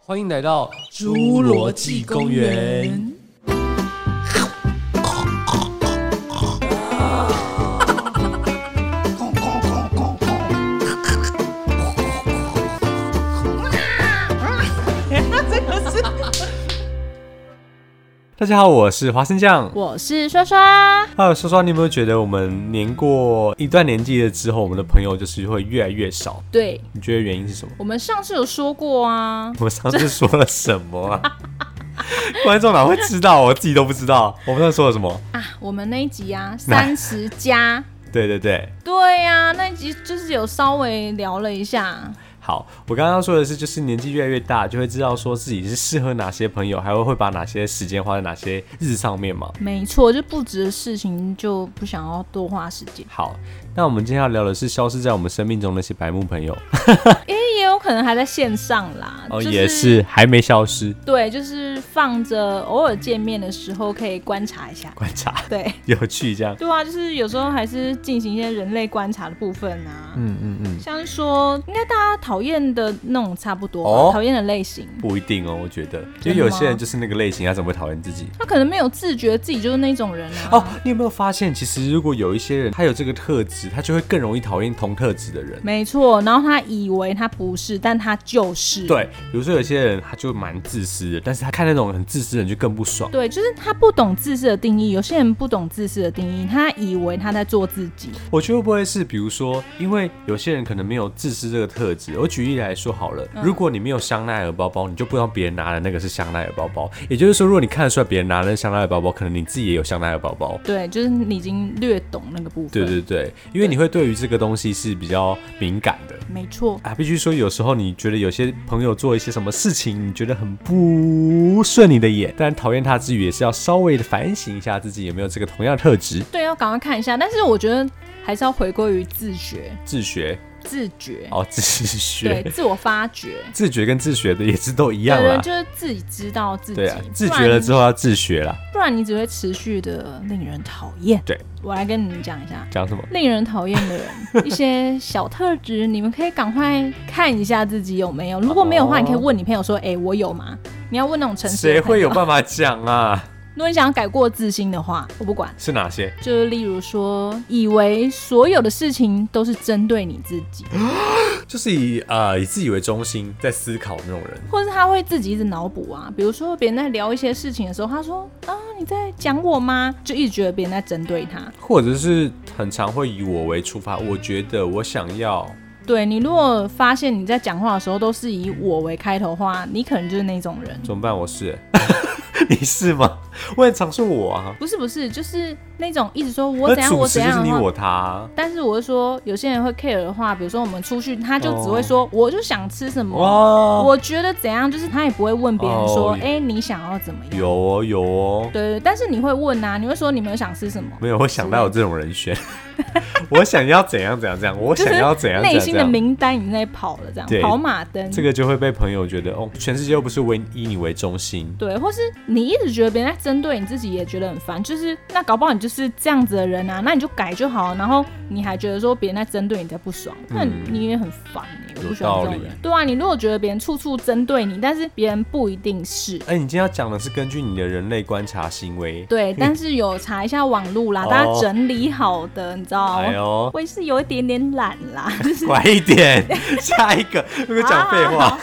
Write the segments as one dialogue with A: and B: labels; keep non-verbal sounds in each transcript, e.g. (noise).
A: 欢迎来到
B: 侏罗纪公园。
A: 大家好，我是花生酱。
B: 我是刷刷，
A: 还有说说，你有没有觉得我们年过一段年纪了之后，我们的朋友就是会越来越少？
B: 对
A: 你觉得原因是什么？
B: 我们上次有说过啊，
A: 我上次说了什么
B: (laughs)
A: 啊？观众哪啊会知道？我自己都不知道。我们上次说了什么？
B: 啊，我们那一集啊，
A: 哪
B: 三十加，
A: 对对对，
B: 对呀、啊，那一集就是有稍微聊了一下，
A: 好，我刚刚说的是，就是年纪越来越大，就会知道说自己是适合哪些朋友，还会会把哪些时间花在哪些日上面嘛。
B: 没错，就不值的事情就不想要多花时间，
A: 好，那我们今天要聊的是消失在我们生命中那些白目朋友，
B: 因为也有可能还在线上啦，
A: 哦，
B: 就
A: 也是还没消失，
B: 对，就是放着偶尔见面的时候可以观察一下，
A: 观察 (laughs)
B: 对。
A: 有趣这样。
B: 对啊，就是有时候还是进行一些人类观察的部分啊，
A: 嗯嗯嗯，
B: 像是说，应该大家讨厌的那种差不多吧
A: 哦，
B: 讨厌、的类型，
A: 不一定哦，我觉得，因
B: 真的
A: 为有些人
B: 吗
A: 就是那个类型，他怎么会讨厌自己？
B: 他可能没有自觉自己就是那种人啊。
A: 哦，你有没有发现，其实如果有一些人他有这个特质，他就会更容易讨厌同特质的人。
B: 没错，然后他以为他不是，但他就是。
A: 对，比如说有些人他就蛮自私的，但是他看那种很自私的人就更不爽。
B: 对，就是他不懂自私的定义。有些人不懂自私的定义，他以为他在做自己。
A: 我觉得会不会是，比如说，因为有些人可能没有自私这个特质。我举例来说好
B: 嗯
A: 了，如果你没有香奈儿包包，你就不知道别人拿的那个是香奈儿包包。也就是说，如果你看得出来别人拿的是香奈儿包包，可能你自己也有香奈儿包包。
B: 对，就是你已经略懂那个部分。
A: 对对对，因为你会对于这个东西是比较敏感的。
B: 没错。
A: 啊，必须说，有时候你觉得有些朋友做一些什么事情，你觉得很不顺你的眼，但讨厌他之余，也是要稍微的反省一下自己有没有这个同样的特质。
B: 对，要赶快看一下。但是我觉得还是要回归于自觉，
A: 自学
B: 自觉，
A: 哦，自
B: 对，
A: 学，
B: 自我发掘。
A: 自觉跟自学的也是都一样
B: 对对，
A: 啦。
B: 就是自己知道自己，
A: 对啊，自
B: 不
A: 觉
B: 然
A: 了之后要自学啦。
B: 不然你只会持续的令人讨厌。
A: 对，
B: 我来跟你们讲一下
A: 讲什么？
B: 令人讨厌的人一些小特质，你们可以赶快看一下自己
A: (laughs)
B: 有没有。如果没有的话，
A: 哦
B: 你可以问你朋友说：“哎、我有吗？”你要问那种诚实的
A: 谁
B: 朋
A: 会
B: 友
A: 有？办法讲啊？
B: 如果你想要改过自新的话，我不管。
A: 是哪些？
B: 就是例如说，以为所有的事情都是针对你自己，
A: 就是以呃以自己为中心在思考那种人。
B: 或是他会自己一直脑补啊。比如说，别人在聊一些事情的时候，他说：“啊，你在讲我吗？”就一直觉得别人在针对他。
A: 或者是很常会以我为出发，我觉得我想要
B: 对你，如果发现你在讲话的时候都是以我为开头的话，你可能就是那种人。
A: 怎么办？我是， (laughs) 你是吗？我很常说我啊，
B: 不是不是，就是那种一直说我怎
A: 那
B: 样
A: 主
B: 我
A: 持
B: 怎
A: 就
B: 样
A: 是
B: 的
A: 你
B: 话。
A: 我他啊。
B: 但是我是说，有些人会 care 的话，比如说我们出去，他就只会说、
A: 哦
B: 我就想吃什么，
A: 哇，
B: 我觉得怎样，就是他也不会问别人说，
A: 哦
B: 哎、你想要怎么样？
A: 有哦有哦，
B: 对对，但是你会问啊，你会说你们有想吃什么，
A: 没有，我想到有这种人
B: (laughs)
A: 选，我想要怎样怎样怎样，我
B: 就
A: (laughs)
B: 是
A: 想要怎样怎
B: 内
A: 样
B: 心
A: 怎
B: 的
A: 样。
B: 名单已经在跑了，这
A: 对
B: 样跑马灯。
A: 这个就会被朋友觉得哦，全世界又不是为以你为中心，
B: 对，或是你一直觉得别人在针对你自己，也觉得很烦。就是那搞不好你就是这样子的人啊，那你就改就好。然后你还觉得说别人在针对你在不爽，那
A: 嗯
B: 你也很烦、欸，我
A: 有
B: 不喜欢
A: 道
B: 这种
A: 理
B: 人。对啊，你如果觉得别人处处针对你，但是别人不一定是。
A: 哎、你今天要讲的是根据你的人类观察行为。
B: 对，但是有查一下网路啦，
A: 嗯哦
B: 大家整理好的，你知道
A: 哎
B: 吗？
A: 呦，
B: 我也是有一点点懒啦，就是
A: 快一
B: (laughs)
A: 点，下一个，不要讲废
B: 好
A: 话。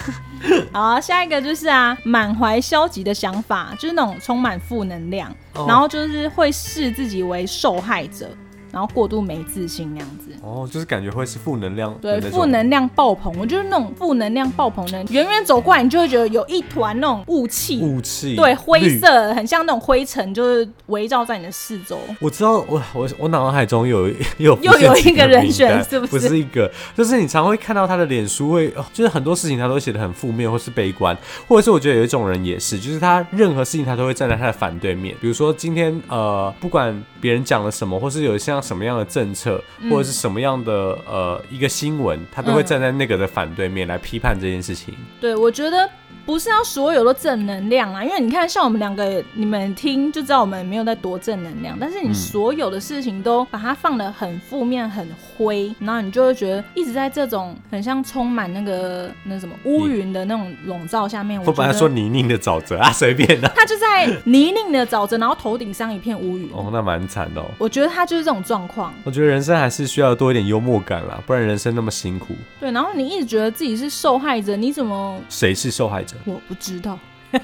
B: 好，下一个就是啊，满怀消极的想法，就是那种充满负能量，
A: 哦
B: 然后就是会视自己为受害者，然后过度没自信那样子。
A: 哦，就是感觉会是负能量的
B: 对
A: 那，种，
B: 负能量爆棚，我就是那种负能量爆棚的人，远远走过来，你就会觉得有一团那种雾气，
A: 雾气，
B: 对，
A: 绿
B: 灰色，很像那种灰尘，就是围绕在你的四周。
A: 我知道，我我我脑海中有一又
B: 又有一个人选是
A: 不
B: 不是
A: 不是一个，就是你常会看到他的脸书会，哦就是很多事情他都写的很负面或是悲观，或者是我觉得有一种人也是，就是他任何事情他都会站在他的反对面。比如说今天呃，不管别人讲了什么，或是有像什么样的政策，
B: 嗯
A: 或者是什么样的呃一个新闻，他都会站在那个的反对面来批判这件事情。
B: 对，我觉得不是要所有都正能量啊，因为你看，像我们两个，你们听就知道我们没有在多正能量，但是
A: 嗯
B: 你所有的事情都把它放得很负面、很灰，然后你就会觉得一直在这种很像充满那个那什么乌云的那种笼罩下面，我
A: 我本来
B: 觉得
A: 说泥泞的沼泽啊，随便的、
B: 他就在泥泞的沼泽，然后头顶上一片乌云。
A: 哦，那蛮惨的、哦。
B: 我觉得他就是这种状况，
A: 我觉得人生还是需要多一点幽默感啦，不然人生那么辛苦，
B: 对。然后你一直觉得自己是受害者，你怎么
A: 谁是受害者？
B: 我不知道， (laughs)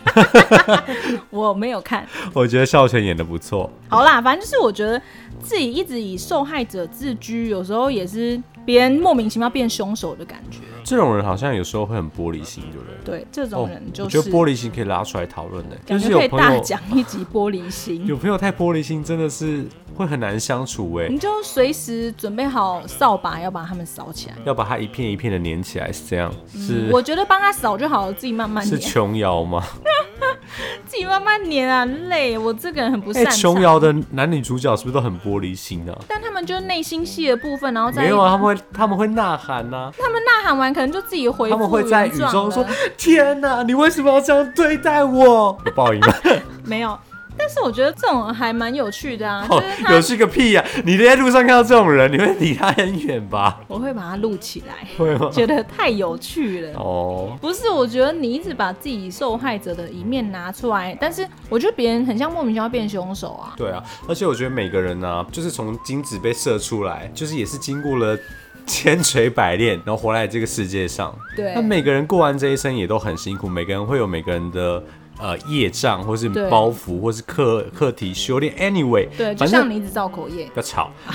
B: 我没有看。
A: (laughs) 我觉得孝全演的不错，
B: 好啦，反正就是我觉得自己一直以受害者自居，有时候也是别人莫名其妙变凶手的感觉。
A: 这种人好像有时候会很玻璃心，对不对？
B: 对，这种人就
A: 哦我
B: 是、
A: 觉得玻璃心可以拉出来讨论的，就
B: 感
A: 是
B: 觉可
A: 有
B: 以
A: 朋
B: 大
A: 友
B: 讲一集玻璃心。
A: 有朋友太玻璃心，真的是会很难相处哎、
B: 你就随时准备好扫把，要把他们扫起来。
A: 要把它一片一片的粘起来，是这样？是、
B: 嗯我觉得帮他扫就好了，自己慢慢
A: 是
B: 粘，
A: 琼瑶吗？
B: 自己慢慢粘啊，很累。我这个人很不
A: 哎、
B: 擅长。
A: (laughs) 琼瑶的男女主角是不是都很玻璃心啊？
B: 但他们就是内心戏的部分，然后再
A: 没有啊，他们会他们会呐喊啊呐、
B: 他们呐喊完，可能就自己回
A: 他们
B: 复
A: 会在
B: 原
A: 雨
B: 状
A: 中说
B: 了：“
A: 天哪，你为什么要这样对待 (laughs) 我？”有报应
B: (laughs)
A: 吗？
B: 没有。但是我觉得这种还蛮有趣的啊，
A: 哦
B: 就是
A: 有
B: 他
A: 是个屁呀、你在路上看到这种人，你会离他很远吧？
B: 我会把它录起来，
A: (laughs) 会吗？
B: 觉得太有趣了。
A: (laughs) 哦，
B: 不是，我觉得你一直把自己受害者的一面拿出来，但是我觉得别人很像莫名其妙变凶手啊。
A: 对啊，而且我觉得每个人呢、啊就是从精子被射出来，就是也是经过了。千锤百炼，然后活在这个世界上。
B: 对
A: 那每个人过完这一生也都很辛苦，每个人会有每个人的呃业障，或是
B: 对
A: 包袱，或是课课题修炼。Anyway，
B: 对，就
A: 反
B: 像
A: 正
B: 你一直造口业
A: 不，要吵， (laughs)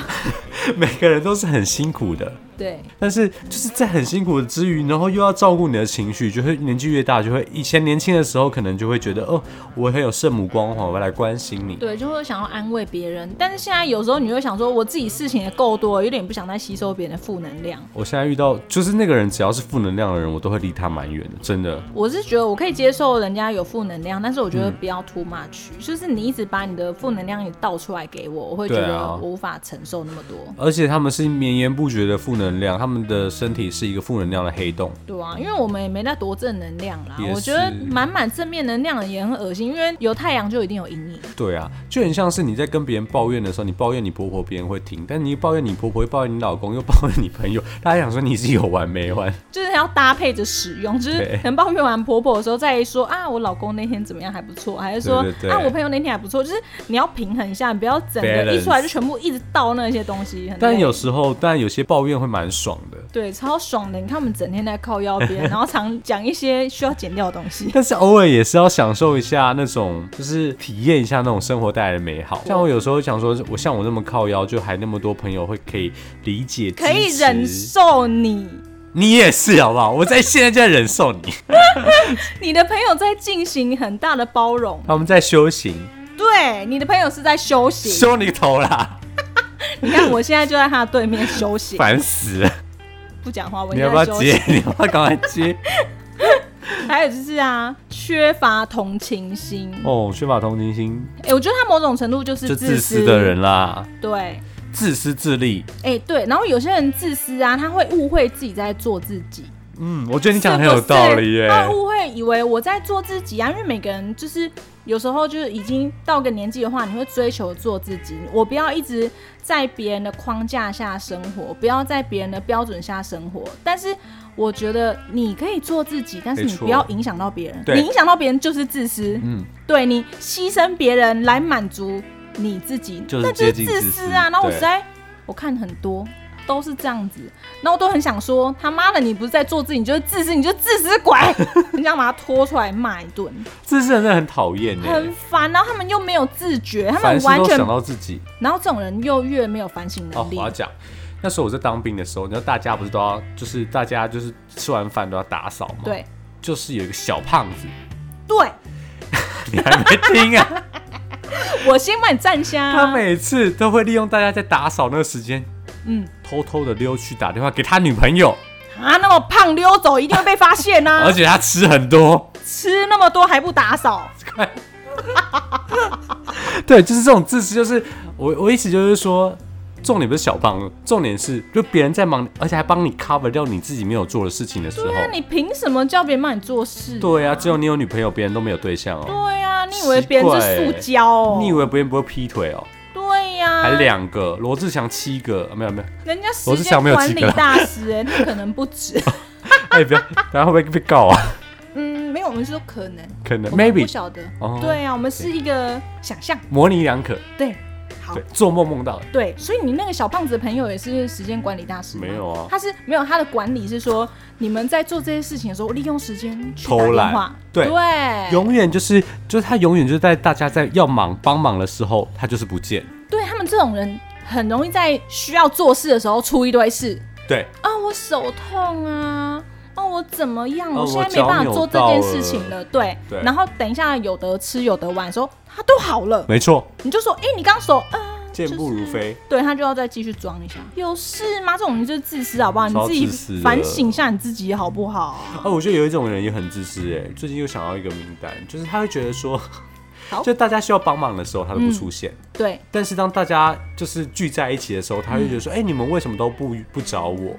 A: 每个人都是很辛苦的。
B: 对
A: 但是就是在很辛苦的之余，然后又要照顾你的情绪，就会年纪越大，就会以前年轻的时候可能就会觉得哦，我很有圣母光环，我要来关心你。
B: 对，就会想要安慰别人，但是现在有时候你会想说，我自己事情也够多了，有点不想再吸收别人的负能量。
A: 我现在遇到就是那个人，只要是负能量的人，我都会离他蛮远的，真的。
B: 我是觉得我可以接受人家有负能量，但是我觉得不要 too much，、就是你一直把你的负能量也倒出来给我，我会觉
A: 对
B: 得
A: 啊
B: 我无法承受那么多，
A: 而且他们是绵延不绝的负能量，他们的身体是一个负能量的黑洞。
B: 对啊，因为我们也没那多正能量啦
A: 也，是
B: 我觉得满满正面能量的也很恶心，因为有太阳就一定有阴影，
A: 对啊，就很像是你在跟别人抱怨的时候，你抱怨你婆婆，别人会听；但你一抱怨你婆婆，又抱怨你老公，又抱怨你朋友，大家想说你是有完没完？
B: 就是要搭配着使用，就是
A: 对
B: 可能抱怨完婆婆的时候再说啊，我老公那天怎么样还不错，还是说
A: 对对对
B: 啊我朋友那天还不错，就是你要平衡一下，你不要整个
A: Balance
B: 一出来就全部一直倒那些东西，很
A: 但
B: 累
A: 有时候，但有些抱怨会蛮爽的。
B: 对，超爽的。你看我们整天在靠腰
A: (laughs)
B: 边，然后常讲一些需要剪掉的东西。
A: 但是偶尔也是要享受一下那种，就是体验一下那种生活带来的美好。像我有时候想说，我像我那么靠腰，就还那么多朋友会可以理解，
B: 可以
A: 支持
B: 忍受你，
A: 你也是好不好？我在现在就在忍受
B: (laughs)
A: 你，
B: 你的朋友在进行很大的包容，
A: 他们在修行，
B: 对，你的朋友是在修行。
A: (laughs) 修你个头啦，
B: 你看，我现在就在他的对面修行，
A: 烦死了！
B: 不讲话，我
A: 你
B: 现
A: 要不要
B: 在修行
A: 接。？ (laughs) 你要不要赶快
B: (laughs)
A: 接？
B: 还有就是啊，缺乏同情心。
A: 哦，缺乏同情心，
B: 哎、我觉得他某种程度就是
A: 就自
B: 私
A: 私的人。啦，
B: 对，
A: 自私自利。
B: 哎、对，然后有些人自私啊，他会误会自己在做自己。
A: 嗯，我觉得你讲的
B: 是
A: 很有
B: 不是
A: 道理耶。
B: 他误会以为我在做自己啊，因为每个人就是有时候就是已经到个年纪的话，你会追求做自己，我不要一直在别人的框架下生活，不要在别人的标准下生活。但是我觉得你可以做自己，但是
A: 没
B: 你
A: 错
B: 不要影响到别人，
A: 对
B: 你影响到别人就是自私。
A: 嗯，
B: 对你牺牲别人来满足你自己，
A: 就是
B: 那就
A: 接
B: 是
A: 近
B: 自
A: 自
B: 私
A: 私
B: 啊。然后我
A: 对
B: 实在我看很多都是这样子，然后我都很想说，他妈的，你不是在做自己，你就是自私，你就是自私鬼，
A: (laughs)
B: 很想把他拖出来骂一顿，
A: 自私的人真的很讨厌耶，
B: 很烦。然后他们又没有自觉，他
A: 凡
B: 们
A: 事
B: 完
A: 都
B: 全
A: 想，到自己。
B: 然后这种人又越没有反省
A: 哦
B: 能，力
A: 我。要讲，那时候我在当兵的时候，你知道大家不是都要，就是大家就是吃完饭都要打扫吗？，
B: 对
A: 就是有一个小胖子， (laughs)
B: 对，
A: 你还没听
B: (laughs)
A: 啊？
B: 我先帮你站下
A: 他
B: 啊。
A: 每次都会利用大家在打扫那个时间，
B: 嗯，
A: 偷偷的溜去打电话给他女朋友，
B: 啊，那么胖溜走一定会被发现呐、
A: (laughs) 而且他吃很多。 (laughs)
B: 吃那么多还不打扫，
A: 对，就是这种自私，就是我我意思就是说，重点不是小胖，重点是就别人在忙，而且还帮你 cover 掉你自己没有做的事情的时候。
B: 那啊你凭什么叫别人帮你做事、
A: 对啊，只有你有女朋友，别人都没有对象哦。
B: 对呀、你以为别人是塑胶哦、
A: 欸你以为别人不会劈腿哦？
B: 对呀、
A: 还两个，罗志祥七个，啊没有没有，
B: 人家
A: 我
B: 时
A: 是
B: 间
A: 想没有
B: 管
A: 几
B: 理
A: 个啦
B: 大师哎、那可能不
A: (laughs)
B: 止。
A: 哎、不要，等下会不会被告啊？
B: 嗯，没有，我们是说可能
A: 可能
B: 我们不
A: (laughs) maybe
B: 晓得。
A: 哦
B: 对啊，我们是一个想象。
A: 模棱两可，
B: 对，好
A: 对，，做梦梦到的，
B: 对，所以你那个小胖子的朋友也是时间管理大师吗？
A: 没有啊
B: 他是没有他的管理是说，你们在做这些事情的时候，利用时间去打
A: 偷懒
B: 电话，
A: 对
B: 对，
A: 永远就是就是他永远就在大家在要忙帮忙的时候，他就是不见。
B: 对他们这种人很容易在需要做事的时候出一堆事
A: 对，
B: 啊，我手痛啊。哦，我怎么样？
A: 哦
B: 我现在
A: 我脚
B: 没办法做这件事情
A: 扭
B: 了。对，
A: 对
B: 然后等一下有得吃有得玩的时候，他都好了，
A: 没错，
B: 你就说，哎、你刚手，嗯、
A: 健步如
B: 就是
A: 飞。
B: 对他就要再继续装一下，有事吗？这种人就是自私，好不好？你
A: 超
B: 自
A: 自私
B: 己
A: 的
B: 反省一下你自己好不好？
A: 哦，我觉得有一种人也很自私哎、最近又想到一个名单，就是他会觉得说 (laughs)
B: 好，
A: 就大家需要帮忙的时候，他都不出现。
B: 对，
A: 但是当大家就是聚在一起的时候，他会觉得说：“
B: 嗯
A: 哎、你们为什么都不不找我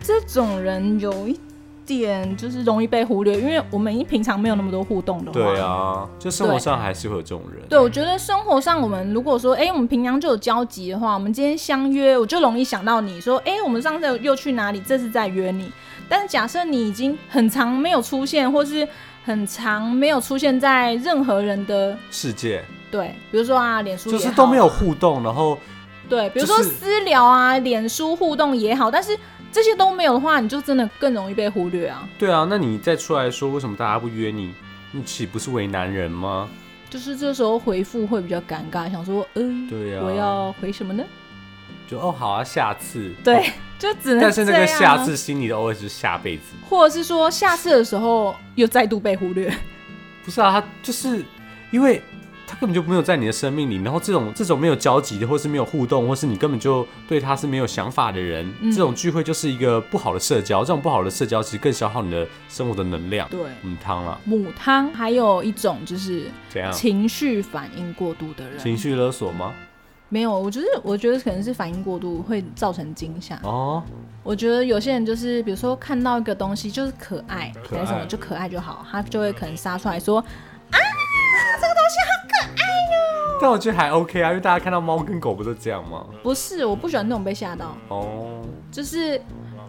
B: 这种人有一点就是容易被忽略，因为我们平常没有那么多互动 (laughs) 的？”话。
A: 对啊，就生活上还是会有这种人。
B: 对，我觉得生活上我们如果说，哎、我们平常就有交集的话，我们今天相约，我就容易想到你说，哎、我们上次又去哪里，这次再约你。但是假设你已经很长没有出现，或是很长没有出现在任何人的
A: 世界
B: 对，比如说啊，脸书
A: 就是
B: 也好
A: 都没有互动，然后
B: 对，比如
A: 就
B: 说
A: 是
B: 私聊啊、脸书互动也好，但是这些都没有的话，你就真的更容易被忽略啊。
A: 对啊，那你再出来说为什么大家不约你？你岂不是为难人吗？
B: 就是这时候回复会比较尴尬，想说，嗯、
A: 对啊，
B: 我要回什么呢？
A: 就哦好啊，下次。
B: 对， (laughs) 就只能
A: 哦但是那
B: 这
A: 个
B: 样
A: 下
B: 啊，
A: 次心里的 OS 就是下辈子，
B: 或者是说下次的时候又再度被忽略。
A: 不是啊，他就是因为他根本就没有在你的生命里，然后这种这种没有交集的，或是没有互动，或是你根本就对他是没有想法的人，
B: 嗯
A: 这种聚会就是一个不好的社交，这种不好的社交其实更消耗你的生活的能量。
B: 对，
A: 嗯，汤啊，
B: 母汤还有一种就是
A: 怎样？
B: 情绪反应过度的人，
A: 嗯情绪勒索吗？
B: 没有，我就是我觉得可能是反应过度会造成惊吓。
A: 哦，
B: (laughs) 我觉得有些人就是，比如说看到一个东西就是可爱，
A: 可爱
B: 还是什么就可爱就好，他就会可能杀出来说，
A: 但我觉得还 OK 啊，因为大家看到猫跟狗不都这样吗？
B: 不是，我不喜欢那种被吓到，
A: 哦，
B: 就是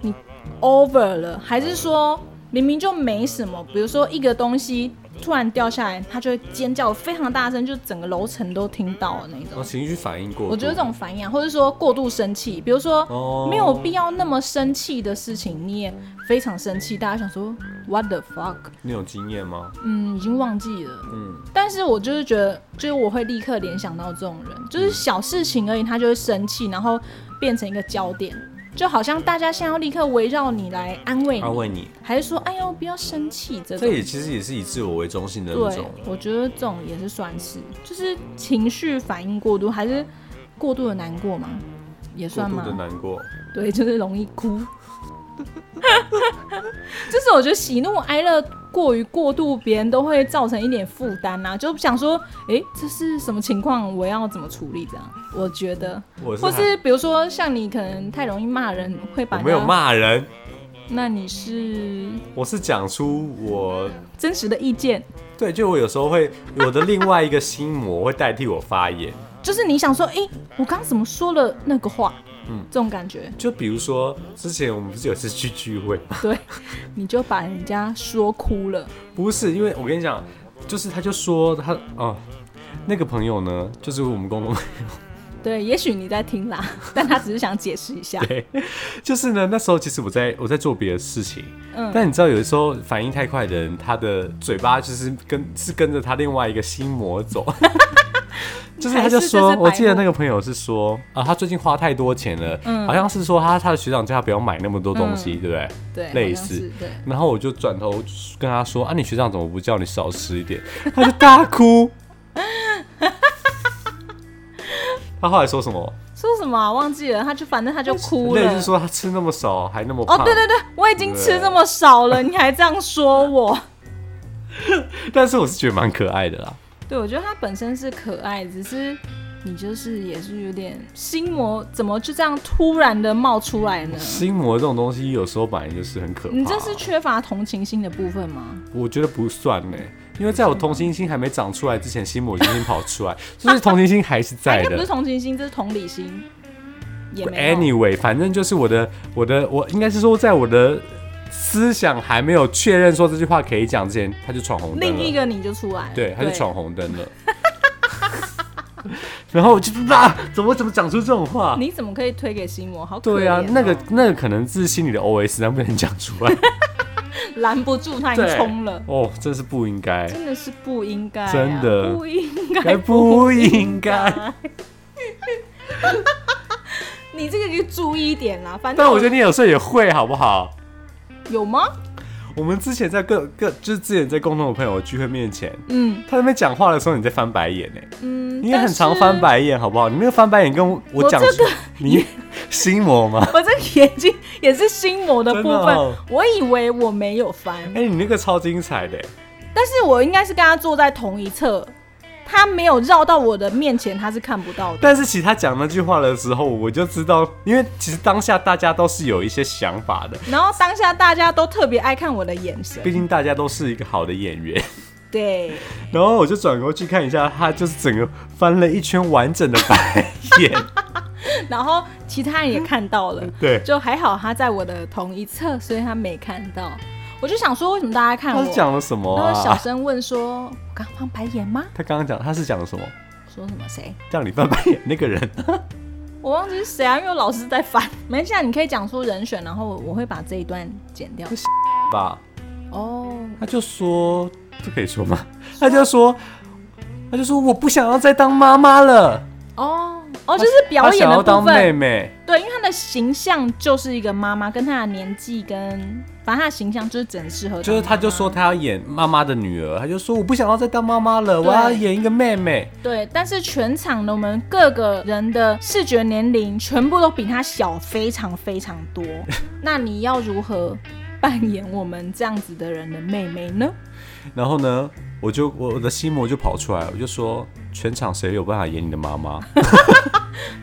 B: 你 over 了，还是说明明就没什么，比如说一个东西突然掉下来，他就会尖叫非常大声，就整个楼层都听到的那
A: 然后
B: 种。
A: 情绪反应过度，
B: 我觉得这种反应啊，或者说过度生气，比如说
A: 哦
B: 没有必要那么生气的事情，你也非常生气，大家想说 what the fuck，
A: 你有经验吗？
B: 嗯，已经忘记了。
A: 嗯，
B: 但是我就是觉得，就是我会立刻联想到这种人，就是小事情而已，他就会生气，然后变成一个焦点，就好像大家现在要立刻围绕你来安慰
A: 安
B: 你，
A: 慰你，
B: 还是说，哎呦，不要生气这
A: 这
B: 种。
A: 也其实也是以自我为中心的那
B: 对
A: 种，
B: 我觉得这种也是算是，就是情绪反应过度，还是过度的难过嘛，也
A: 过
B: 算
A: 度
B: 吗
A: 的？难过。
B: 对，就是容易哭。 (laughs) 就是我觉得喜怒哀乐过于过度，别人都会造成一点负担呐，就想说，诶，这是什么情况？我要怎么处理？这样，我觉得，
A: 我是
B: 或
A: 还
B: 是比如说像你可能太容易骂人，会把
A: 我
B: 人
A: 没有，骂人，
B: 那你是
A: 我是讲出我
B: 真实的意见，
A: 对，就我有时候会我的另外一个心魔会代替我发言，
B: 就是你想说，诶，我刚怎么说了那个话？嗯，这种感觉，
A: 就比如说之前我们不是有一次去聚会 (laughs) 吗？
B: 对，你就把人家说哭了，
A: 不是，因为我跟你讲，就是他就说他哦，那个朋友呢，就是我们共同
B: 对，也许你在听啦，但他只是想解释一下，
A: 对，就是呢，那时候其实我在我在做别的事情，
B: 嗯
A: 但你知道，有的时候反应太快的人，他的嘴巴就是跟是跟着他另外一个心魔
B: (laughs)
A: 走。就是他就说，
B: 还是这是白目
A: 我记得那个朋友是说啊，他最近花太多钱了，
B: 嗯
A: 好像是说他他的学长叫他不要买那么多东西，对不对？
B: 对，
A: 类
B: 好像
A: 似
B: 是对。
A: 然后我就转头跟他说啊，你学长怎么不叫你少吃一点？他就大哭。 (laughs) 他后来说什么？
B: 说什么、啊、忘记了，他就反正他就哭
A: 类
B: 了
A: 似。说他吃那么少，还那么
B: 哦
A: 胖。，
B: 对对对，我已经吃这么少了，你还这样说我？
A: 但是我是觉得蛮可爱的啦。
B: 对，我觉得他本身是可爱，只是你就是也是有点心魔，怎么就这样突然的冒出来呢？
A: 心魔这种东西有时候本来就是很可怕。啊
B: 你这是缺乏同情心的部分吗？
A: 我觉得不算呢、因为在我同情心还没长出来之前，心魔已经跑出来，就是同情心还是
B: 啊
A: 在
B: 应该不是
A: 的。
B: 同情心，这是同理心，也没有。
A: Anyway，反正就是我的我的我应该是说，在我的思想还没有确认说这句话可以讲之前，他就闯红灯
B: 另
A: 了。
B: 一个你就出来了，
A: 对，他就闯红灯
B: (laughs)
A: 了。然后我就啊，怎么怎么讲出这种话？
B: 你怎么可以推给心魔？好可
A: 对
B: 怜
A: 啊
B: 哦，
A: 那个那个可能是心里的 OS，但不能讲出来。
B: 拦不住他，已经
A: 对
B: 冲了，
A: 哦，真是不应该，
B: 真的是不应该啊、
A: 真的哎
B: 不应该
A: 该，不应该。
B: (laughs) 你这个就注意一点啦。反正
A: 但我觉得你有时候也会，好不好？
B: 有吗？
A: 我们之前在各各就是之前在共同的朋友聚会面前，
B: 嗯
A: 他在那边讲话的时候，你在翻白眼呢、欸
B: 嗯，
A: 你也很常
B: 但是
A: 翻。白眼，好不好？你那个翻白眼跟我我讲
B: 我这个
A: 你心魔吗？ (laughs)
B: 我这个眼睛也是心魔的部
A: 真的
B: 分，
A: 哦
B: 我以为我没有翻，
A: 哎、你那个超精彩的、
B: 但是我应该是跟他坐在同一侧，他没有绕到我的面前，他是看不到的。
A: 但是其实他讲那句话的时候，我就知道，因为其实当下大家都是有一些想法的，
B: 然后当下大家都特别爱看我的眼神，
A: 毕竟大家都是一个好的演员。
B: 对，
A: 然后我就转过去看一下，他就是整个翻了一圈完整的白
B: (laughs)
A: 眼。
B: 然后其他人也看到了，
A: (laughs) 对
B: 就还好他在我的同一侧，所以他没看到。我就想说，为什么大家看
A: 他
B: 我？
A: 是讲了什么
B: 哦然后小
A: 啊？
B: 声问说：“我刚翻白眼吗
A: 他刚刚讲他是讲了什么？？”
B: 说什么谁？
A: 让你翻白眼那个人，
B: 我忘记是谁啊，因为我老是在翻。没事啊，你可以讲出人选，然后我我会把这一段剪掉。
A: 吧？
B: 哦，
A: 他就说这可以说吗？他就说，他就说我不想要再当妈妈了，
B: 哦哦，就是表演
A: 他想
B: 的
A: 要
B: 部
A: 当妹
B: 分，
A: 妹。
B: 对，因为她的形象就是一个妈妈，跟她的年纪跟反正她的形象就是整适合当妈妈，
A: 就是他就说他要演妈妈的女儿，他就说我不想要再当妈妈了，
B: 对
A: 我要演一个妹妹。
B: 对，但是全场的我们各个人的视觉年龄全部都比她小非常非常多，
A: (laughs)
B: 那你要如何扮演我们这样子的人的妹妹呢？
A: 然后呢，我就我我的心魔就跑出来了，我就说全场谁有办法演你的妈 (laughs) 妈？，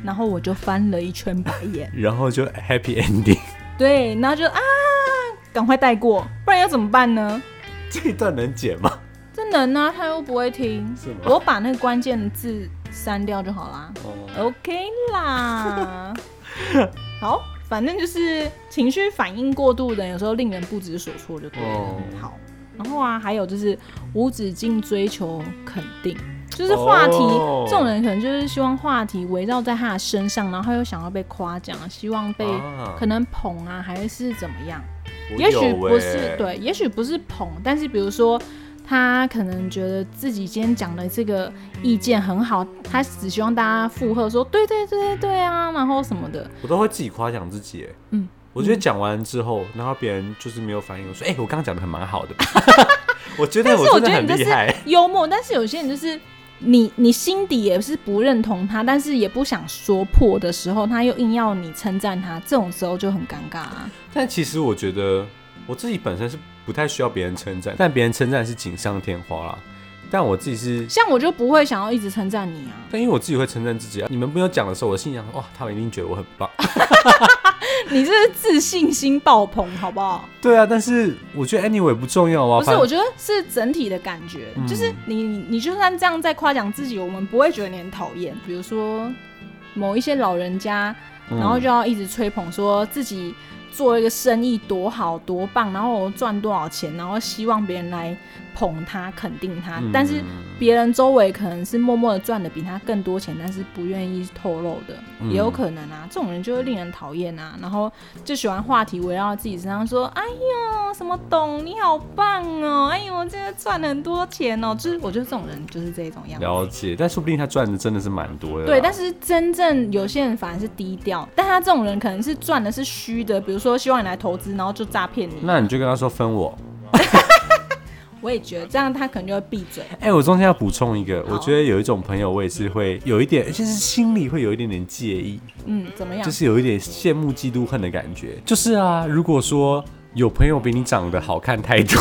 B: 然后我就翻了一圈白眼 (laughs)
A: 然后就 happy ending。
B: 对，然后就啊，赶快带过，不然要怎么办呢？
A: 这一段能剪吗？
B: 这能啊，他又不会听
A: 是吗，
B: 我把那个关键字删掉就好啦。
A: 哦，
B: OK 啦， (laughs) 好，反正就是情绪反应过度的，有时候令人不知所措就对了。
A: 哦
B: 好，然后啊，还有就是无止境追求肯定，就是话题、
A: 哦
B: 这种人可能就是希望话题围绕在他的身上，然后他又想要被夸奖，希望被、
A: 啊
B: 可能捧啊，还是怎么样？
A: 我
B: 也许
A: 有
B: 不
A: 欸
B: 是，对，也许不是捧，但是比如说。他可能觉得自己今天讲的这个意见很好，他只希望大家附和说对对对对对啊，然后什么的，
A: 我都会自己夸奖自己欸。
B: 嗯
A: 我觉得讲完之后，然后别人就是没有反应，我说：“哎、我刚刚讲的很蛮好
B: (laughs)
A: 的。”我觉得
B: 但是
A: 我
B: 我
A: 真的
B: 觉得
A: 很
B: 你
A: 厉
B: 这
A: 害
B: 是。幽默， (laughs) 但是有些人就是你你心底也是不认同他，但是也不想说破的时候，他又硬要你称赞他，这种时候就很尴尬啊。
A: 但其实我觉得我自己本身是不太需要别人称赞，但别人称赞是锦上添花啦。但我自己是，
B: 像我就不会想要一直称赞你啊，
A: 但因为我自己会称赞自己啊。你们没有讲的时候，我心想：哇，他们一定觉得我很棒。
B: (laughs)
A: (laughs)
B: 你这是自信心爆棚，好不好？
A: 对啊，但是我觉得 anyway 不重要啊。
B: 不是，
A: 反嗯
B: 我觉得是整体的感觉，就是你你你就算这样在夸奖自己，我们不会觉得你很讨厌。比如说某一些老人家，
A: 嗯
B: 然后就要一直吹捧说自己做一个生意多好多棒，然后我赚多少钱，然后希望别人来捧他、肯定他，
A: 嗯
B: 但是。别人周围可能是默默的赚的比他更多钱，但是不愿意透露的，
A: 嗯
B: 也有可能啊。这种人就会令人讨厌啊，然后就喜欢话题围绕自己身上，说：“哎呦，什么董你好棒哦，哎呦，这个赚了很多钱哦。”就是我觉得这种人就是这种样子。
A: 了解，但说不定他赚的真的是蛮多的啦。
B: 对，但是真正有些人反而是低调，但他这种人可能是赚的是虚的，比如说希望你来投资，然后就诈骗你。
A: 那你就跟他说分我。
B: 我也觉得这样，他可能就会闭嘴。
A: 哎、我中间要补充一个，
B: 好啊
A: 我觉得有一种朋友，我也是会有一点，就是心里会有一点点介意，
B: 嗯，怎么样？
A: 就是有一点羡慕、嫉妒、恨的感觉。就是啊，如果说有朋友比你长得好
B: (laughs)
A: 看太多，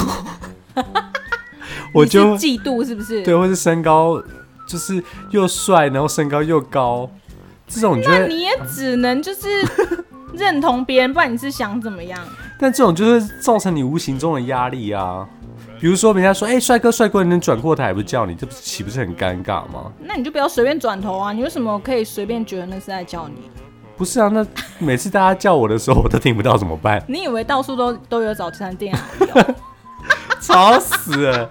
A: 我
B: 你是
A: 就
B: 嫉妒是不是？
A: 对，或是身高就是又帅，然后身高又高，这种你觉
B: 那
A: 得？
B: 你也只能就是认同别人，不然你是想怎么样？
A: 但这种就是造成你无形中的压力啊。比如说，人家说：“哎、帅哥，帅哥！”你转过台不叫你，这不是岂不是很尴尬吗？
B: 那你就不要随便转头啊！你为什么可以随便觉得那是在叫你？
A: 不是啊，那每次大家叫我的时候，我都听不到怎么
B: (laughs)
A: 办？
B: 你以为到处都都有早餐店啊？
A: 吵死了！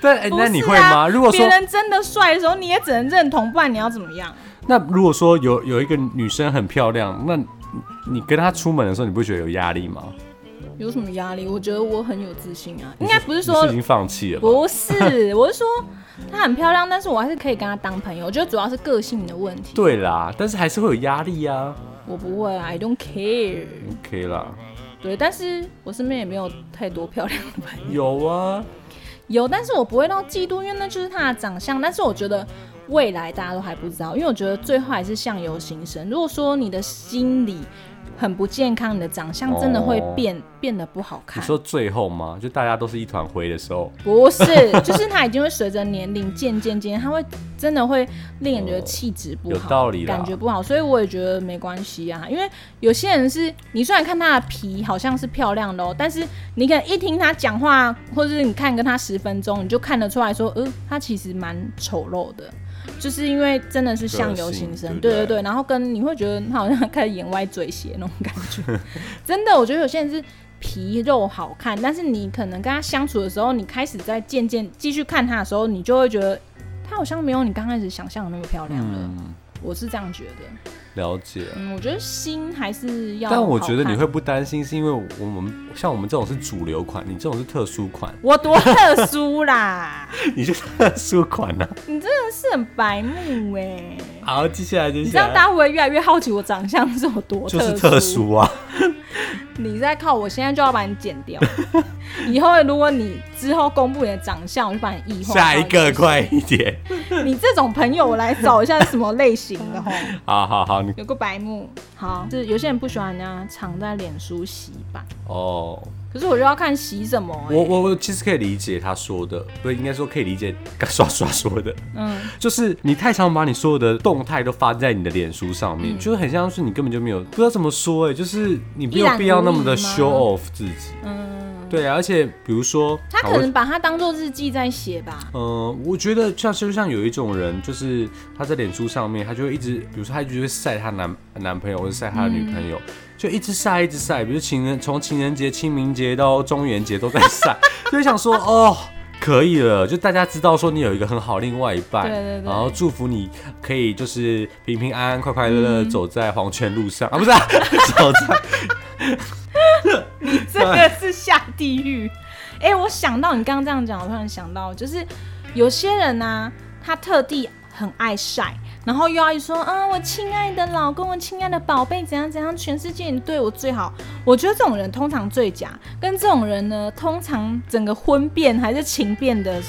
A: 但、哎，
B: 不
A: (laughs) 那
B: 是
A: 你会吗？
B: 啊
A: 如果说
B: 别人真的帅的时候，你也只能认同，不然你要怎么样？
A: 那如果说有有一个女生很漂亮，那你你跟她出门的时候，你不会觉得有压力吗？
B: 有什么压力？我觉得我很有自信啊。应
A: 你
B: 该不是
A: 你
B: 说
A: 已经放弃了吧？
B: 不是，我是说她很漂亮，但是我还是可以跟她当朋友。我觉得主要是个性的问题。
A: 对啦，但是还是会有压力啊。
B: 我不会啊，I don't care。
A: OK 啦，
B: 对，但是我身边也没有太多漂亮的朋友。
A: 有啊，
B: 有，但是我不会到嫉妒，因为那就是她的长相。但是我觉得未来大家都还不知道，因为我觉得最后还是相由心生。如果说你的心理很不健康，你的长相真的会
A: 哦
B: 变、变得不好
A: 你
B: 看。
A: 说最后吗？就大家都是一团灰的时候，
B: 不是， (laughs) 就是它已经会随着年龄渐渐渐，它会真的会令人觉得气质不好，
A: 有道理啦
B: 感觉不好，所以我也觉得没关系啊。因为有些人是你虽然看他的皮好像是漂亮的哦，但是你可能一听他讲话，或者是你看跟他十分钟，你就看得出来说，呃，他其实蛮丑陋的。就是因为真的是相由心生，
A: 嗯个性对
B: 对
A: 不对
B: 对对，然后跟你会觉得他好像开始眼歪嘴斜那种感觉， (laughs) 真的，我觉得有些人是皮肉好看，但是你可能跟他相处的时候，你开始在渐渐继续看他的时候，你就会觉得他好像没有你刚开始想象的那么漂亮了。
A: 嗯，
B: 我是这样觉得，
A: 了解。
B: 嗯，我觉得心还是要。
A: 但我觉得你会，不担心，是因为我们像我们这种是主流款，你这种是特殊
B: (laughs)
A: 款，
B: 我多特殊啦，
A: 你是特殊款啊呢、
B: 你真的是很白目哎、
A: (laughs) 好，接下来接
B: 你这样
A: 下
B: 大
A: 来
B: 家会不会越来越好奇我长相是有多
A: 啊就是特殊啊，
B: 你在靠我，现在就要把你剪
A: (laughs)
B: 掉。以后如果你之后公布你的长相，我就把你异化。
A: 下一个，快一点。
B: 你这种朋友我来找一下是什么类型的吼。
A: 好好好，你
B: 有个白目，好，是有些人不喜欢人家藏在脸书洗版，
A: 哦。
B: 可是我就要看洗什么、欸。
A: 我我我其实可以理解他说的，不是应该说可以理解刚刷刷说的，
B: 嗯，
A: 就是你太常把你所有的动态都发在你的脸书上
B: 嗯
A: 面，就是很像是你根本就没有不知道怎么说哎、就是你没
B: 一览
A: 有
B: 无
A: 必要那么的
B: 遗吗
A: show off 自己，
B: 嗯，
A: 对啊，而且比如说
B: 他
A: 好
B: 可
A: 我
B: 能把它当做日记在写吧。
A: 嗯，我觉得像就像有一种人，就是他在脸书上面，他就会一直，比如说他就会晒他男男朋友或者晒他的女朋友，
B: 嗯
A: 就一直晒一直晒，比如情人从情人节、清明节到中元节都在
B: (laughs)
A: 晒，就会想说哦。可以了，就大家知道说你有一个很好另外一半，
B: 对对对
A: 然后祝福你可以就是平平安安、快快乐乐地走在黄泉路上、啊，不是、 (laughs) 啊、走在
B: 这
A: (laughs)
B: 个是下地狱。哎、我想到你刚刚这样讲，我突然想到，就是有些人呢、他特地很爱晒，然后又要一说，啊，我亲爱的老公，我亲爱的宝贝，怎样怎样，全世界你对我最好。我觉得这种人通常最假，跟这种人呢，通常整个婚变还是情变的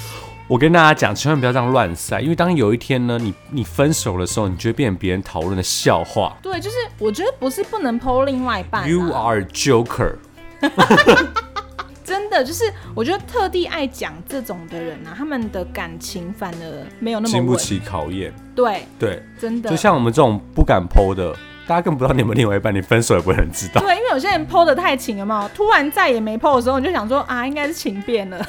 A: 我跟大家讲，千万不要这样乱晒，因为当有一天呢，你你分手的时候，你就会变成别人讨论的笑话。
B: 对，就是我觉得不是不能剖另外一半、啊
A: You are a joker。
B: 真的就是我觉得特地爱讲这种的人啊，他们的感情反而没有那么
A: 经不
B: 稳，
A: 起考验。
B: 对，
A: 对，
B: 真的。
A: 就像我们这种不敢剖的，大家更不知道你们另外一半，你分手也不会有人知
B: (laughs)
A: 道。
B: 对，因为有些人剖的太勤了嘛，突然再也没剖的时候，你就想说啊，应该是情变了。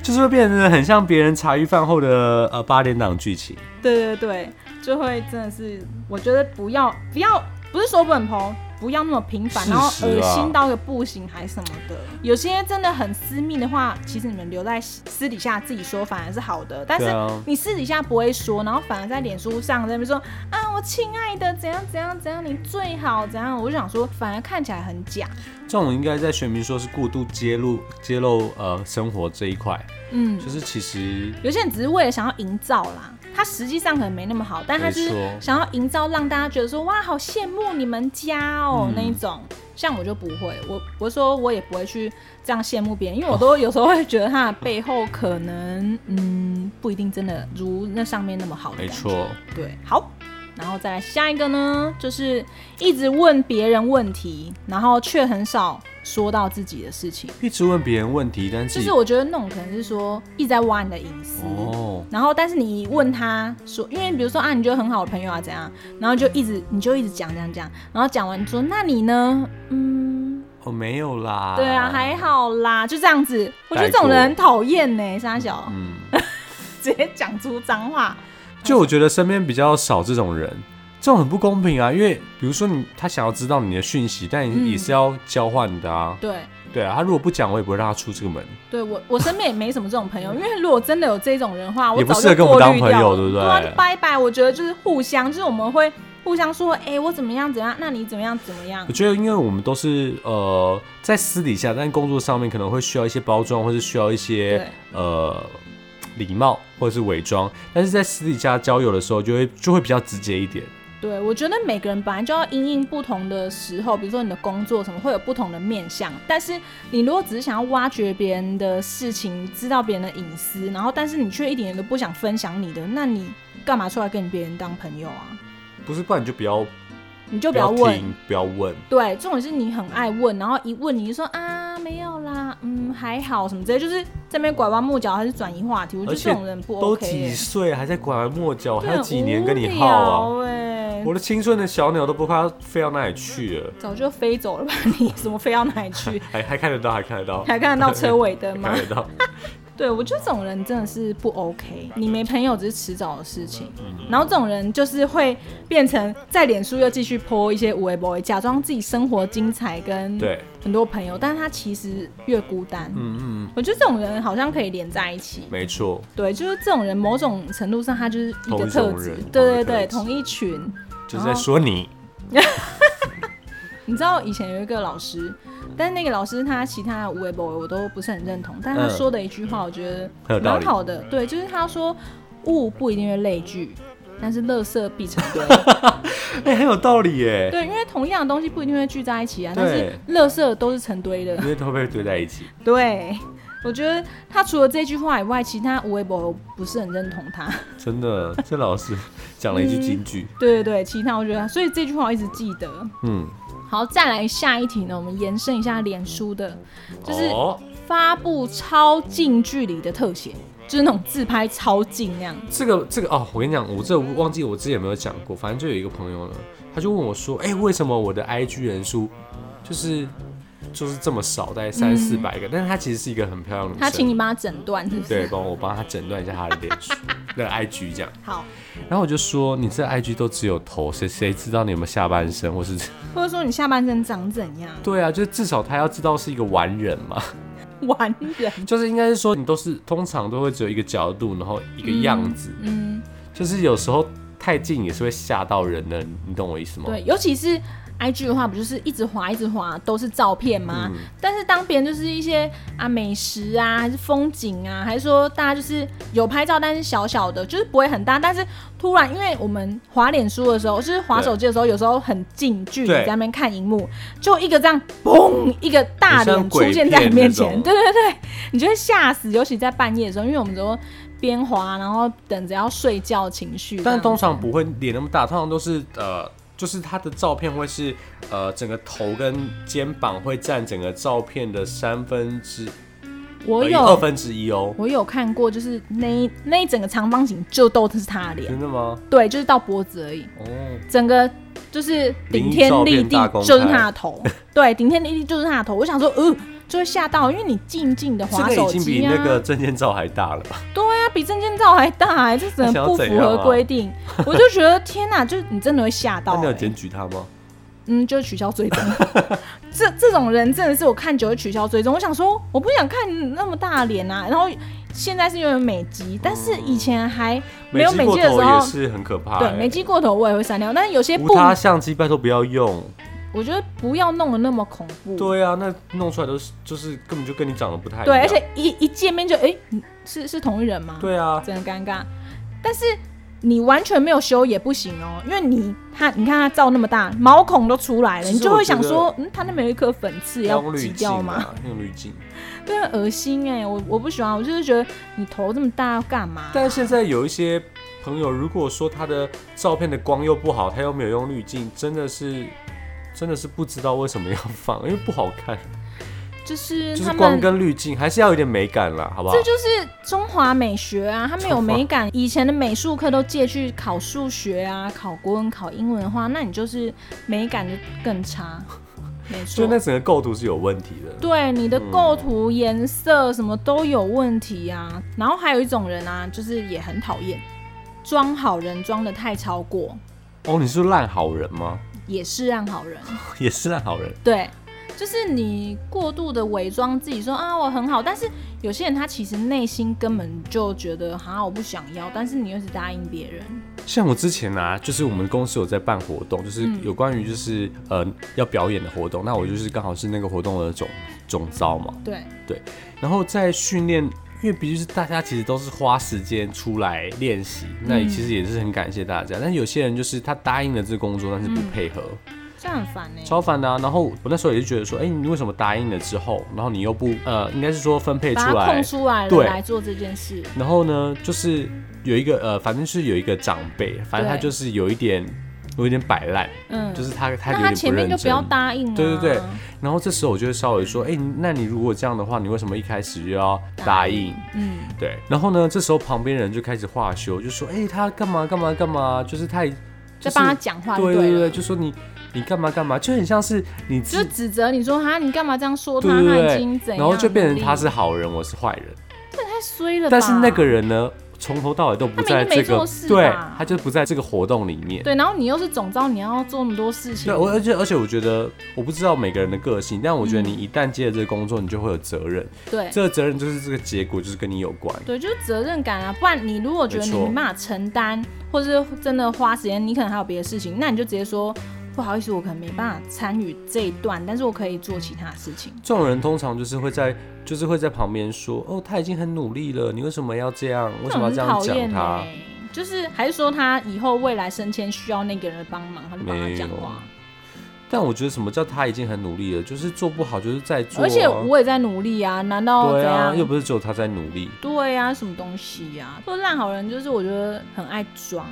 A: 就是会变得很像别人茶余饭后的呃八点档剧情。
B: 对对对，就会真的是，我觉得不要不要，不是说不能剖，不要那么频繁，
A: 事
B: 然后
A: 实
B: 恶
A: 啊
B: 心到一个不行还什么的。有些真的很私密的话，其实你们留在私底下自己说反而是好的，但是
A: 对啊
B: 你私底下不会说，然后反而在脸书上在那边说啊，我亲爱的，怎样怎样怎样，你最好怎样，我就想说，反而看起来很假。
A: 这种应该在学名说是过度揭露揭露呃生活这一块，
B: 嗯，
A: 就是其实
B: 有些人只是为了想要营造啦，他实际上可能没那么好，但他就是
A: 没错
B: 想要营造让大家觉得说哇，好羡慕你们家
A: 嗯
B: 哦、那一种。像我就不会，我我说我也不会去这样羡慕别人，因为我
A: 哦
B: 都有时候会觉得他的背后可能嗯不一定真的如那上面那么好的
A: 没
B: 感觉。
A: 错。
B: 对，好，然后再来下一个呢，就是一直问别人问题，然后却很少说到自己的事情。
A: 一直问别人问题，但是
B: 就是我觉得那种可能是说一直在挖你的隐私，
A: 哦，
B: 然后但是你问他说，因为比如说啊，你觉得很好的朋友啊怎样，然后就一直你就一直讲讲讲，然后讲完说那你呢？嗯，
A: 哦没有啦，
B: 对啊，还好啦，就这样子。我觉得这种人很讨厌呢，沙小、
A: 嗯，
B: 直接讲出脏话，
A: 就我觉得身边比较少这种人，这种很不公平啊。因为比如说你，他想要知道你的讯息，但
B: 嗯
A: 你也是要交换的啊。
B: 对。嗯
A: 对啊，他如果不讲，我也不会让他出这个门。
B: 对我，我身边也没什么这种
A: (laughs)
B: 朋友，因为如果真的有这种人的话，我
A: 也不
B: 早
A: 适合
B: 就
A: 跟我
B: 过
A: 们当
B: 滤
A: 朋
B: 掉
A: 友
B: 了
A: 对不对
B: 啊，就拜拜。我觉得就是互相，就是我们会互相说，哎、我怎么样怎么样，那你怎么样怎么样
A: 我。觉得，因为我们都是呃在私底下，但工作上面可能会需要一些包装，或是需要一些
B: 对
A: 呃礼貌，或者是伪装。但是在私底下交友的时候，就会就会比较直接一点。
B: 对，我觉得每个人本来就要因应不同的时候，比如说你的工作什么，会有不同的面向。但是你如果只是想要挖掘别人的事情，知道别人的隐私，然后但是你却一点都不想分享你的，那你干嘛出来跟别人当朋友啊？
A: 不是，不然你就不要
B: 你就
A: 不
B: 不要问，
A: 听，不要问。
B: 对，重点是你很爱问，然后一问你就说啊没有啦，嗯还好什么之类，就是这边拐弯抹角还是转移话题，我觉
A: 而
B: 得
A: 且
B: 这种人不
A: 都
B: OK，
A: 几
B: 欸
A: 岁还在拐弯抹角，
B: 对
A: 还有几
B: 很
A: 年跟你
B: 无欸
A: 耗啊？
B: 聊欸
A: 我的青春的小鸟都不怕飞到哪里去了，
B: 早就飞走了吧？你怎么飞到哪里去？
A: 还还看得到，还看得到，
B: 还看得到车尾灯吗
A: (laughs) 看？得
B: (laughs)
A: 到。
B: 对，我觉得这种人真的是不 OK。你没朋友只是迟早的事情。
A: 嗯
B: 然后这种人就是会变成在脸书又继续 po 一些无为 boy，假装自己生活精彩跟
A: 对，
B: 很多朋友，但是他其实越孤单。
A: 嗯嗯，
B: 我觉得这种人好像可以连在一起。
A: 没错，
B: 对，就是这种人，某种程度上他就是一
A: 同
B: 个
A: 一
B: 特
A: 种
B: 质
A: 人，
B: 对对对，
A: 同
B: 同一群。
A: 就是在说你。
B: 你知道以前有一个老师，但是那个老师他其他的微博我都不是很认同，但他
A: 嗯
B: 说的一句话我觉
A: 很
B: 得
A: 有道
B: 蛮
A: 理
B: 好的，对，就是他说物不一定会类聚，但是垃圾必成
A: (laughs)
B: 堆。
A: 哎，很有道理耶。
B: 对，因为同样的东西不一定会聚在一起啊，但是
A: 对
B: 垃圾都是成堆的。
A: 因为都被堆在一起，
B: 对，我觉得他除了这句话以外，其他微博我不是很认同他。 (laughs)
A: 真的，这老师讲了一句金句，
B: 对对对，其他我觉得，所以这句话我一直记得。
A: 嗯，
B: 好，再来下一题呢，我们延伸一下脸书的，就是
A: 哦，
B: 发布超近距离的特写，就是那种自拍超近那样。
A: 这个这个哦，我跟你讲，我这忘记我之前有没有讲过，反正就有一个朋友呢，他就问我说，哎、为什么我的 IG 人数就是就是这么少，大概三四百个，但是他其实是一个很漂亮的女
B: 嗯他
A: 生，
B: 请你帮他诊断，是不是？
A: 对，帮我帮他诊断一下他的脸书，
B: (laughs)
A: 那个 IG 这样，
B: 好，
A: 然后我就说，你这 IG 都只有头，谁谁知道你有没有下半身，或是？
B: 或者说你下半身长怎样 (laughs)
A: 对啊，就是至少他要知道是一个完人嘛。 (laughs)
B: 完人，
A: 就是应该是说，你都是通常都会只有一个角度，然后一个样子，
B: 嗯，
A: (laughs) 就是有时候太近也是会吓到人的，你懂我意思吗？
B: 对，尤其是 I G 的话，不就是一直滑一直滑都是照片吗？但是当别人就是一些啊美食啊，还是风景啊，还是说大家就是有拍照，但是小小的，就是不会很大，但是突然因为我们滑脸书的时候，就是滑手机的时候，有时候很近距离
A: 对
B: 在那边看荧幕，就一个这样嘣，一个大
A: 很像
B: 脸出
A: 鬼
B: 现在
A: 片
B: 你面
A: 那种
B: 前，对对对，你就会吓死，尤其在半夜的时候，因为我们都。边滑，然后等着要睡觉，情绪这样。
A: 但通常不会脸那么大，通常都是呃，就是他的照片会是呃，整个头跟肩膀会占整个照片的三分之
B: 我
A: 呃
B: 有
A: 二分之一哦，
B: 我有看过，就是那一那一整个长方形就都是他的脸，
A: 真的吗？
B: 对，就是到脖子而已，
A: 哦，
B: 整个就是顶天立
A: 灵异照片大
B: 地
A: 公开
B: 就是他的头，对，顶天立地就是他的头。我想说，呃，就会吓到，因为你静静的
A: 这
B: 滑
A: 个已
B: 手
A: 经比
B: 机啊，
A: 那个证件照还大了吧？
B: 对啊，比证件照还大、欸，这怎么不符合规定？我就觉得天哪、就是你真的会吓到、
A: 啊那你有
B: 欸
A: 检，举他吗？
B: 嗯，就取消追踪。 (laughs) 这这种人真的是我看久了取消追踪，我想说我不想看你那么大的脸啊，然后。现在是因为有美肌，但是以前还没有美
A: 过
B: 肌的时
A: 头也
B: 候，
A: 是很可怕、
B: 对，
A: 欸
B: 没记过头我也会删掉，但是有些
A: 无
B: 不，
A: 他相机拜托不要用。
B: 我觉得不要弄得那么恐怖。
A: 对啊，那弄出来都是就是根本就跟你长得不太一样。
B: 对，而且一一见面就哎、诶你是是同一人吗？，
A: 对啊，
B: 真的尴尬。但是你完全没有修也不行哦，因为你他你看他照那么大，毛孔都出来了，
A: 其实
B: 你就会想
A: 我
B: 说，嗯，他那边有一颗粉刺要
A: 用
B: 挤
A: 滤镜
B: 掉吗？
A: 啊，用滤镜。
B: 对，很恶心哎、我我不喜欢，我就是觉得你头这么大要干嘛？
A: 但现在有一些朋友，如果说他的照片的光又不好，他又没有用滤镜，真的是真的是不知道为什么要放，因为不好看。
B: 就是
A: 就是
B: 他
A: 光
B: 们。
A: 跟滤镜还是要有点美感啦，好不好
B: 这？就是中华美学啊，他们有美感。以前的美术课都借去考数学啊、考国文、考英文的话，那你就是美感就更差。
A: (laughs)
B: 没
A: 所
B: 错
A: 以，那整个构图是有问题的。
B: 对你的构图、颜色什么都有问题啊。然后还有一种人啊，就是也很讨厌，装好人装的太超过，
A: 哦，你是烂好人吗？ (laughs)
B: 也是让好人。
A: 也是烂好人。
B: 对，就是你过度的伪装自己说啊我很好，但是有些人他其实内心根本就觉得哈、我不想要，但是你又是答应别人，
A: 像我之前啊，就是我们公司有在办活动，就是有关于就是呃要表演的活动，那我就是刚好是那个活动的总总招嘛。
B: 对，
A: 然后在训练，因为毕竟是大家其实都是花时间出来练习，那也其实也是很感谢大家。但有些人就是他答应了这个工作，但是不配合，
B: 这很烦欸呢、
A: 超烦的、啊。然后我那时候也是觉得说，哎、你为什么答应了之后，然后你又不呃，应该是说分配
B: 把
A: 出
B: 他
A: 来欸
B: 空，出来了
A: 对
B: 来做这件事，
A: 然后呢，就是有一个呃，反正是有一个长辈，反正他
B: 对
A: 就是有一点有一点摆烂，
B: 嗯，
A: 就是他他
B: 那
A: 有
B: 他
A: 点
B: 前
A: 不
B: 面
A: 认
B: 就不要
A: 真。
B: 答应啊，
A: 对对对，然后这时候我就会稍微说，哎、那你如果这样的话，你为什么一开始就要答应？
B: 嗯，
A: 对，然后呢，这时候旁边人就开始话休，就说：“哎、他干嘛干嘛干嘛，就是太
B: 在
A: 就
B: 帮他
A: 是
B: 讲话就
A: 对
B: 对
A: 对
B: 了，
A: 对，就说你你干嘛干嘛，就很像是你
B: 就
A: 自
B: 指责你说哈你干嘛这样说他，
A: 对对
B: 他已经
A: 对，
B: 怎样，
A: 然后就变成他
B: 努
A: 是好人，我是坏人，
B: 力太衰了吧，
A: 但是那个人呢，从头到尾都不
B: 他
A: 在
B: 明明
A: 这
B: 没
A: 个
B: 做，事
A: 对
B: 吧，
A: 他就不在这个活动里面。”
B: 对，然后你又是总招，你要做那么多事情，
A: 对，我而且而且我觉得我不知道每个人的个性，但我觉得你一旦接了这个工作，你就会有责任，
B: 嗯对
A: 这个责任就是这个结果就是跟你有关。
B: 对，就是责任感啊，不然你如果觉得
A: 没
B: 你
A: 错
B: 没办法承担，或者是真的花时间，你可能还有别的事情，那你就直接说不好意思，我可能没办法参与这一段，但是我可以做其他事情。
A: 这种人通常就是会在，就是会在旁边说，哦，他已经很努力了，你为什么要这样？为什么要这
B: 这
A: 样
B: 种很讨
A: 讲
B: 厌
A: 他？
B: 欸就是还是说他以后未来升迁需要那个人的帮忙，他就帮他
A: 没
B: 讲
A: 有
B: 话。
A: 但我觉得什么叫他已经很努力了，就是做不好就是在做啊、
B: 而且我也在努力啊，难道怎
A: 对啊，
B: 样？
A: 又不是只有他在努力
B: 对啊，什么东西呀、说烂好人就是我觉得很爱装，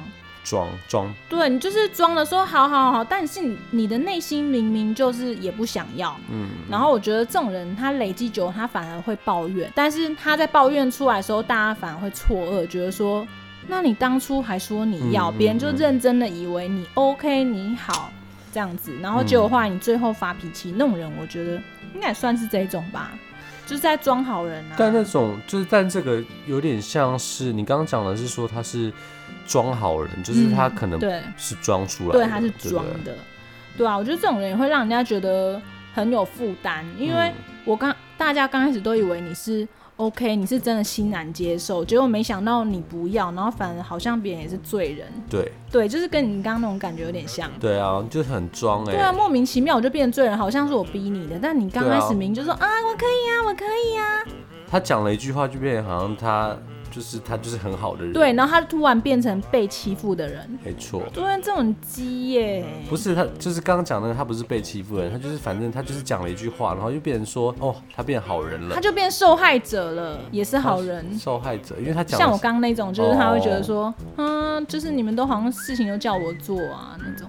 A: 装装，
B: 对你就是装的说好好好，但是你你的内心明明就是也不想要，
A: 嗯，
B: 然后我觉得这种人他累积久了，他反而会抱怨，但是他在抱怨出来的时候，大家反而会错愕，觉得说，那你当初还说你要，
A: 嗯
B: 别人就
A: 嗯
B: 认真的以为你 OK 你好这样子，
A: 嗯
B: 然后结果后来你最后发脾气，那种人我觉得应该也算是这一种吧，就是在装好人啊。
A: 但那种就是但这个有点像是你刚刚讲的是说他是装好人，就是他可能
B: 嗯对
A: 是装出来的，
B: 对，他是
A: 不
B: 装的，对啊，我觉得这种人也会让人家觉得很有负担，因为
A: 嗯
B: 我刚大家刚开始都以为你是 OK，你是真的欣然接受，结果没想到你不要，然后反而好像别人也是罪人，
A: 对
B: 对，就是跟你刚刚那种感觉有点像。
A: 对啊，就是很装哎、
B: 对啊，莫名其妙我就变成罪人，好像是我逼你的，但你刚
A: 对啊
B: 开始明就说啊我可以啊，我可以啊，
A: 他讲了一句话就变得好像他就是他就是很好的人，
B: 对，，然后他突然变成被欺负的人，
A: 没错。
B: 对啊，这种鸡耶、
A: 嗯不是他，就是刚刚讲那个，他不是被欺负的人，他就是反正他就是讲了一句话，然后就变成说，哦，他变好人了
B: 他，就变受害者了，也是好人。
A: 受害者，因为他讲
B: 像我
A: 的是
B: 刚刚那种，就是他会觉得说，
A: 哦
B: 嗯，就是你们都好像事情都叫我做啊那种，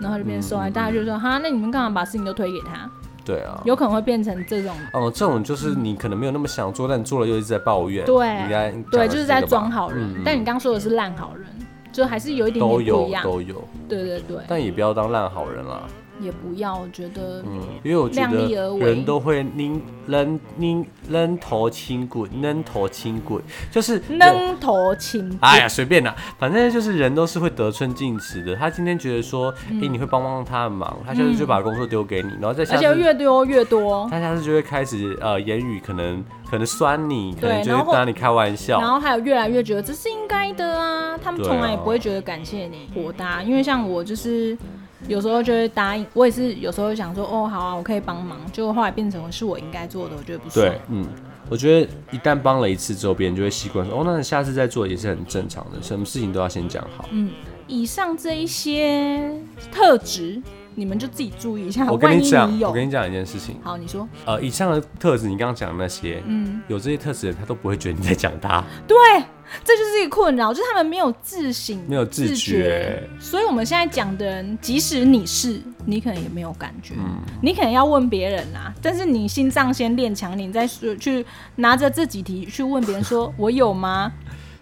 B: 然后就
A: 嗯
B: 变成受害，大家就说哈，那你们干嘛把事情都推给他？
A: 对啊，
B: 有可能会变成这种，
A: 哦，这种就是你可能没有那么想做，但你做了又一直在抱怨，
B: 对
A: 应该
B: 对，就是在装
A: 好，
B: 好
A: 嗯嗯
B: 人。但你刚刚说的是烂好人，就还是有一点
A: 都
B: 点不一
A: 有
B: 样。
A: 都有，
B: 对对对，
A: 但也不要当烂好人啦，
B: 也不要，我觉得
A: 嗯，因为我觉
B: 量力而
A: 得
B: 为
A: 人都会拧扔拧扔头轻滚，扔头轻滚，就是人
B: 扔头轻
A: 哎呀，随便啦，反正就是人都是会得寸进尺的。他今天觉得说，哎、
B: 嗯
A: 你会帮帮他的忙，他下次就把工作丢给你，然后再下
B: 而且
A: 次，
B: 越多越多，
A: 他下次就会开始呃，言语可能可能酸你，可
B: 对
A: 能就
B: 然
A: 会
B: 后
A: 拿你开玩
B: 然
A: 笑。
B: 后还有越来越觉得这是应该的啊，他们
A: 对啊
B: 从来也不会觉得感谢你火
A: 啊
B: 大，因为像我就是有时候就会答应，我也是有时候想说哦好啊，我可以帮忙，结果后来变成是我应该做的，我觉得不爽。
A: 对，嗯，我觉得一旦帮了一次之后，别人就会习惯说，哦，那你下次再做也是很正
B: 嗯
A: 常的，什么事情都要先讲好。
B: 以上这一些特质你们就自己注意一下，
A: 我跟
B: 万
A: 你
B: 一
A: 讲
B: 你，
A: 我跟
B: 有。
A: 你讲一件事情，
B: 好，你说，
A: 呃，以上的特质，你刚刚讲的那些，
B: 嗯，
A: 有这些特质的人，他都不会觉得你在讲他。
B: 对，这就是一个困扰，就是他们没有自省，
A: 没有自觉
B: 所以我们现在讲的人，即使你是，你可能也没有感觉，
A: 嗯
B: 你可能要问别人啊，但是你心脏先练强，你再说去拿着这几题去问别人说，我有吗？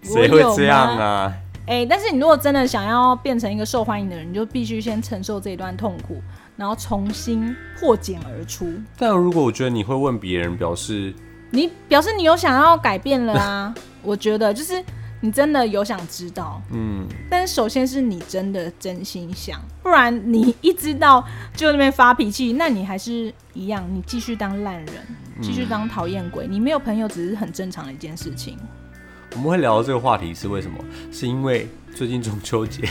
B: 我
A: (laughs) 谁会
B: 有
A: 这样
B: 吗？
A: 啊？
B: 哎、但是你如果真的想要变成一个受欢迎的人，你就必须先承受这一段痛苦，然后重新破茧而出。
A: 但如果我觉得你会问别人，表示
B: 你表示你有想要改变了
A: (laughs)
B: 啊？我觉得就是你真的有想知道，
A: 嗯，
B: 但是首先是你真的真心想，不然你一知道就在那边发脾气，那你还是一样，你继续当烂人，
A: 嗯
B: 继续当讨厌鬼，你没有朋友只是很正常的一件事情。
A: 我们会聊到这个话题是为什么？是因为最近中秋节，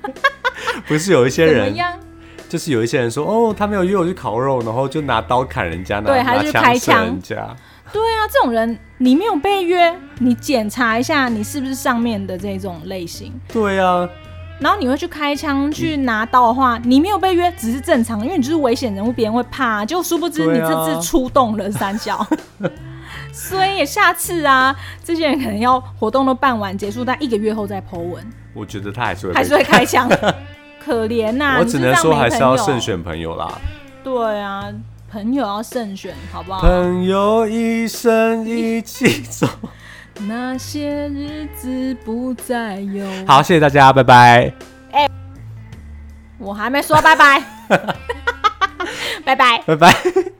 A: (laughs) 不是有一些
B: 怎么
A: 人，
B: 样？
A: 就是有一些人说，哦，他没有约我去烤肉，然后就拿刀砍人家，拿
B: 对还
A: 拿
B: 是
A: 枪
B: 开
A: 射
B: 枪
A: 人家。
B: 对啊，这种人你没有被约，你检查一下你是不是上面的这种类型。
A: 对啊，
B: 然后你会去开枪去
A: 嗯
B: 拿刀的话，你没有被约只是正常，因为你就是危险人物，别人会怕、就殊不知你
A: 对啊
B: 这次出动了
A: (laughs)
B: 三小。所以下次啊，这些人可能要活动都办完结束，但一个月后再 Po 文，
A: 我觉得他还是会被
B: 还是会开
A: (laughs)
B: 枪，可怜呐、
A: 我
B: 你
A: 只
B: 就
A: 能
B: 这
A: 说
B: 样没
A: 还是要
B: 朋友
A: 慎。选朋友啦。
B: 对啊，朋友要慎选，好不好？
A: 朋友一生一起走。
B: 那些日子不再有。
A: 好，谢谢大家，拜拜。 (laughs)
B: 我还没说拜拜，拜拜。
A: 拜拜。